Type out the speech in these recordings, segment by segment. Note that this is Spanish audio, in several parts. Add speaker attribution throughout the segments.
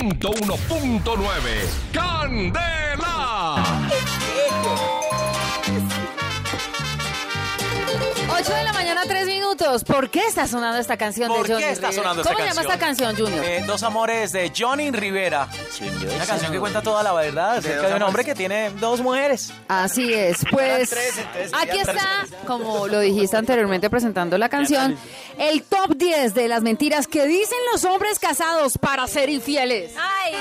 Speaker 1: 101.9 Candela.
Speaker 2: 8 de la mañana, 3 minutos. ¿Por qué está sonando esta canción
Speaker 3: ¿Por
Speaker 2: de
Speaker 3: qué
Speaker 2: Johnny
Speaker 3: está
Speaker 2: Rivera?
Speaker 3: sonando esta
Speaker 2: ¿Cómo se llama esta
Speaker 3: canción?
Speaker 2: canción, Junior?
Speaker 3: Eh, dos amores de Johnny Rivera. Una canción que cuenta toda la verdad. acerca de un hombre que tiene dos mujeres.
Speaker 2: Así es, pues
Speaker 3: tres, entonces
Speaker 2: aquí
Speaker 3: serían tres.
Speaker 2: está, como lo dijiste anteriormente presentando la canción, el top 10 de las mentiras que dicen los hombres casados para ser infieles.
Speaker 4: Ay,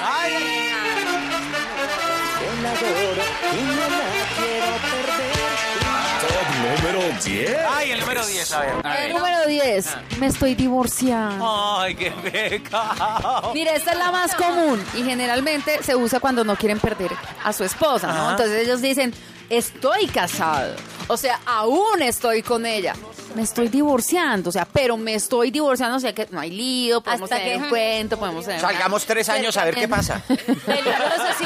Speaker 1: Número 10.
Speaker 3: Ay, el número 10, a ver. Ah.
Speaker 2: El número 10, me estoy divorciando.
Speaker 3: Ay, qué pecado.
Speaker 2: Mira, esta es la más común y generalmente se usa cuando no quieren perder a su esposa, ¿no?
Speaker 3: Ajá.
Speaker 2: Entonces ellos dicen, estoy casado, o sea, aún estoy con ella. Me estoy divorciando, o sea, pero me estoy divorciando, o sea que no hay lío, podemos
Speaker 4: Hasta
Speaker 2: tener
Speaker 4: que-
Speaker 2: un cuento, podemos tener una-
Speaker 5: Salgamos tres años a ver qué pasa.
Speaker 4: peligroso, sí.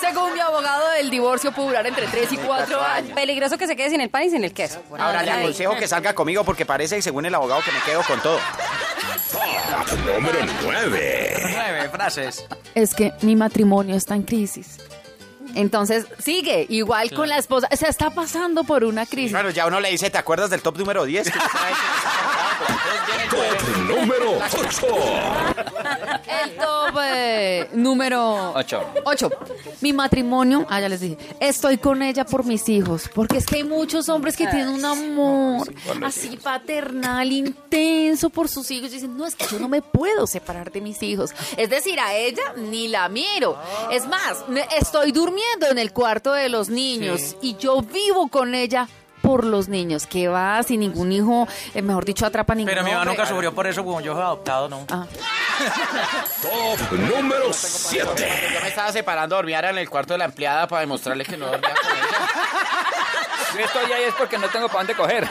Speaker 2: Según mi abogado del divorcio, puede durar entre 3 y 4 años.
Speaker 4: Peligroso que se quede sin el pan y sin el queso.
Speaker 5: Ahora le
Speaker 4: Ay.
Speaker 5: aconsejo que salga conmigo porque parece, según el abogado, que me quedo con todo.
Speaker 1: Número 9.
Speaker 3: Nueve frases.
Speaker 2: Es que mi matrimonio está en crisis. Entonces sigue, igual con la esposa. O sea, está pasando por una crisis.
Speaker 5: Claro, ya uno le dice, ¿te acuerdas del top número 10? Que usted ha hecho?
Speaker 1: Top número 8.
Speaker 2: El top eh, número 8. Mi matrimonio, ah, ya les dije, estoy con ella por mis hijos, porque es que hay muchos hombres que tienen un amor así paternal, intenso por sus hijos. y Dicen, no, es que yo no me puedo separar de mis hijos. Es decir, a ella ni la miro. Es más, me- estoy durmiendo en el cuarto de los niños y yo vivo con ella por los niños, que va sin ningún hijo, eh, mejor dicho, atrapa a ningún
Speaker 3: Pero mi mamá
Speaker 2: hombre.
Speaker 3: nunca sufrió por eso, como yo fui adoptado, ¿no?
Speaker 2: Ah.
Speaker 1: Top número 7.
Speaker 6: Yo me estaba separando, dormía ahora en el cuarto de la empleada para demostrarle que no dormía con ella.
Speaker 7: Si estoy ahí es porque no tengo para dónde coger.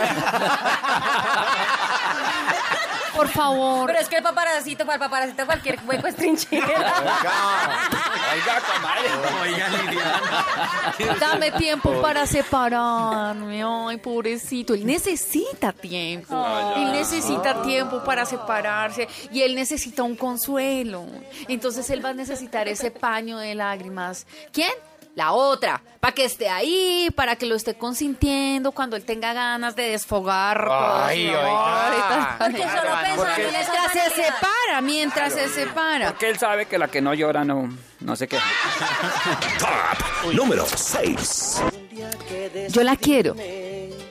Speaker 2: Por favor,
Speaker 4: Pero es que el paparacito, para el paparacito cualquier hueco es trinchera.
Speaker 7: Oiga, comadre.
Speaker 2: Dame tiempo para separarme. Ay, pobrecito. Él necesita tiempo.
Speaker 6: Ah,
Speaker 2: Él necesita tiempo para separarse. Y él necesita un consuelo. Entonces él va a necesitar ese paño de lágrimas. ¿Quién? La otra, para que esté ahí, para que lo esté consintiendo cuando él tenga ganas de desfogar. todas
Speaker 6: Ay,
Speaker 2: sus-
Speaker 6: oiga.
Speaker 2: Ay, tan-
Speaker 4: Porque solo pensando en esa
Speaker 2: Mientras se
Speaker 4: banalidad.
Speaker 2: separa, mientras se separa.
Speaker 7: Porque él sabe que la que no llora no, no sé qué.
Speaker 1: Top número 6.
Speaker 2: Yo la quiero.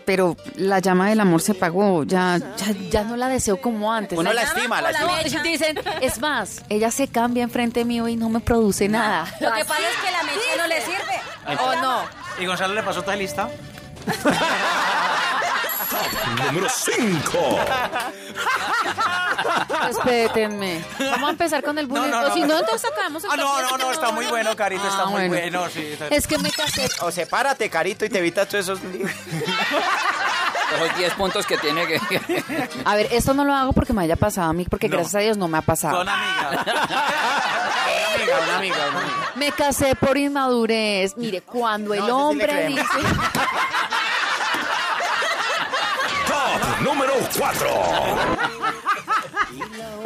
Speaker 2: Pero la llama del amor se apagó, ya, ya, ya no la deseo como antes.
Speaker 5: Uno la
Speaker 4: llama
Speaker 5: estima, la
Speaker 4: o la
Speaker 5: estima.
Speaker 4: ve?
Speaker 2: No, dicen, es más, ella se cambia enfrente mío y no me produce nada.
Speaker 4: Lo que pasa es que la mecha no le sirve.
Speaker 2: ¿O no?
Speaker 3: ¿Y Gonzalo le pasó toda lista?
Speaker 1: Número 5.
Speaker 2: Respétenme. Vamos a empezar con el bullying.
Speaker 3: no, no.
Speaker 2: o si no, entonces acabamos el
Speaker 3: Ah, no,
Speaker 2: top diez,
Speaker 3: no,
Speaker 2: que
Speaker 3: no, está muy bueno, Carito, está
Speaker 2: Ah,
Speaker 3: muy bueno, sí. está-
Speaker 2: Es que me casé.
Speaker 5: O sepárate, carito, y te evitas todos esos líos.
Speaker 7: Los 10 puntos que tiene que...
Speaker 2: A ver, esto no lo hago porque me haya pasado a mí, porque
Speaker 3: No.
Speaker 2: gracias a Dios no me ha pasado.
Speaker 3: Son amigas.
Speaker 6: Una amiga, una amiga, una amiga.
Speaker 2: Me casé por inmadurez. Mire, cuando el
Speaker 5: No, ese sí le
Speaker 2: hombre
Speaker 5: creemos.
Speaker 2: dice.
Speaker 1: Top número 4.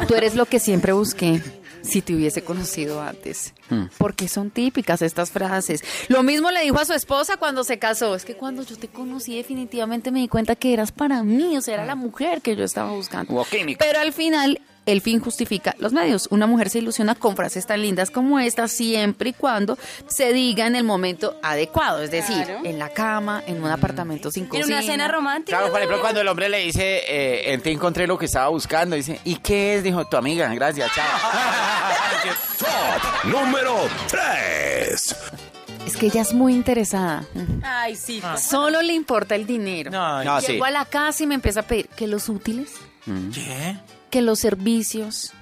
Speaker 2: Tú eres lo que siempre busqué si te hubiese conocido antes.
Speaker 7: Hmm.
Speaker 2: Porque son típicas estas frases. Lo mismo le dijo a su esposa cuando se casó. Es que cuando yo te conocí definitivamente me di cuenta que eras para mí, o sea, era la mujer que yo estaba buscando.
Speaker 7: Hubo química.
Speaker 2: Pero al final, el fin justifica los medios. Una mujer se ilusiona con frases tan lindas como esta siempre y cuando se diga en el momento adecuado. Es decir,
Speaker 4: Claro.
Speaker 2: en la cama, en
Speaker 7: Mm.
Speaker 2: un apartamento sin
Speaker 4: En
Speaker 2: cocina.
Speaker 4: una cena romántica.
Speaker 6: Claro, por ejemplo, cuando el hombre le dice, eh, en ti encontré lo que estaba buscando, dice, ¿y qué es? Dijo, tu amiga, gracias, chao.
Speaker 1: Top número 3.
Speaker 2: Es que ella es muy interesada.
Speaker 4: Ay, sí.
Speaker 5: Ah.
Speaker 2: Solo le importa el dinero.
Speaker 3: No,
Speaker 5: No, sí.
Speaker 2: Llego a la casa y me empieza a pedir que los útiles,
Speaker 3: ¿Qué?
Speaker 2: que los servicios,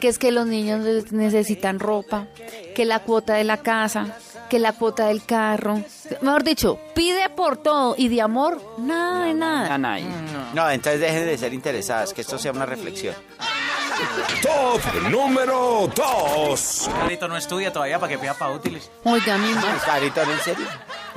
Speaker 2: que es que los niños ne- necesitan ropa, que la cuota de la casa, que la cuota del carro. Mejor dicho, pide por todo y de amor, nada de nada.
Speaker 7: Nanay.
Speaker 5: No, entonces dejen de ser interesadas, que esto sea una reflexión.
Speaker 1: Top número 2.
Speaker 3: Carito no estudia todavía para que pida para útiles.
Speaker 2: Oiga, mi
Speaker 5: Pues, Carito, ¿no? ¿en serio?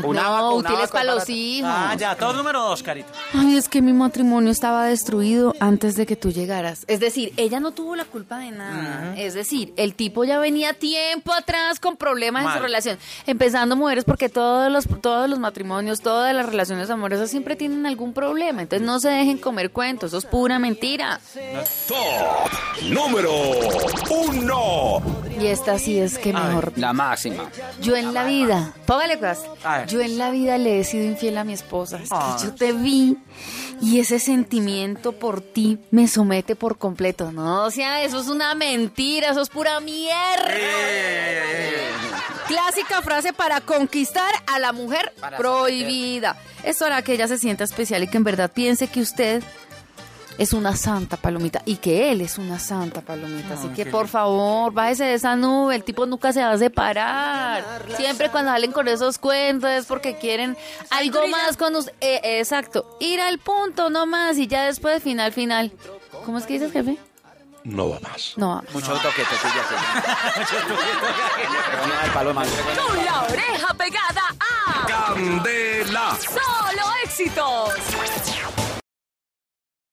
Speaker 6: Un
Speaker 2: no,
Speaker 6: abaco, un
Speaker 2: útiles
Speaker 6: abaco,
Speaker 2: para
Speaker 6: un
Speaker 2: los
Speaker 6: abaco.
Speaker 2: hijos.
Speaker 3: Ah, ya, todo número dos, Carito.
Speaker 2: Ay, es que mi matrimonio estaba destruido antes de que tú llegaras. Es decir, ella no tuvo la culpa de nada. Es decir, el tipo ya venía tiempo atrás con problemas en
Speaker 3: Mal.
Speaker 2: su relación. Empezando mujeres, porque todos los, todos los matrimonios, todas las relaciones amorosas siempre tienen algún problema. Entonces no se dejen comer cuentos, eso es pura mentira.
Speaker 1: Top número uno.
Speaker 2: Y esta sí es que mejor.
Speaker 7: La máxima.
Speaker 2: Yo en la vida, póngale cosas.
Speaker 3: A ver. Ah.
Speaker 2: Yo en la vida le he sido infiel a mi esposa. Es que yo te vi y ese sentimiento por ti me somete por completo. No, o sea, eso es una mentira, eso es pura
Speaker 3: Eh,
Speaker 2: mierda. Clásica frase para conquistar a la mujer
Speaker 7: Para
Speaker 2: prohibida. Eso hará que ella se sienta especial y que en verdad piense que usted es una santa palomita y que él es una santa palomita. Así que por favor, bájese de esa nube, el tipo nunca se va a separar. Siempre cuando salen con esos cuentos es porque quieren algo más con usted. exacto, ir al punto nomás y ya después final, final. ¿Cómo es que dices, jefe?
Speaker 1: No va más.
Speaker 2: No,
Speaker 6: Mucho toquete, tuya,
Speaker 4: Con la oreja pegada a
Speaker 1: Candela.
Speaker 4: Solo Éxitos.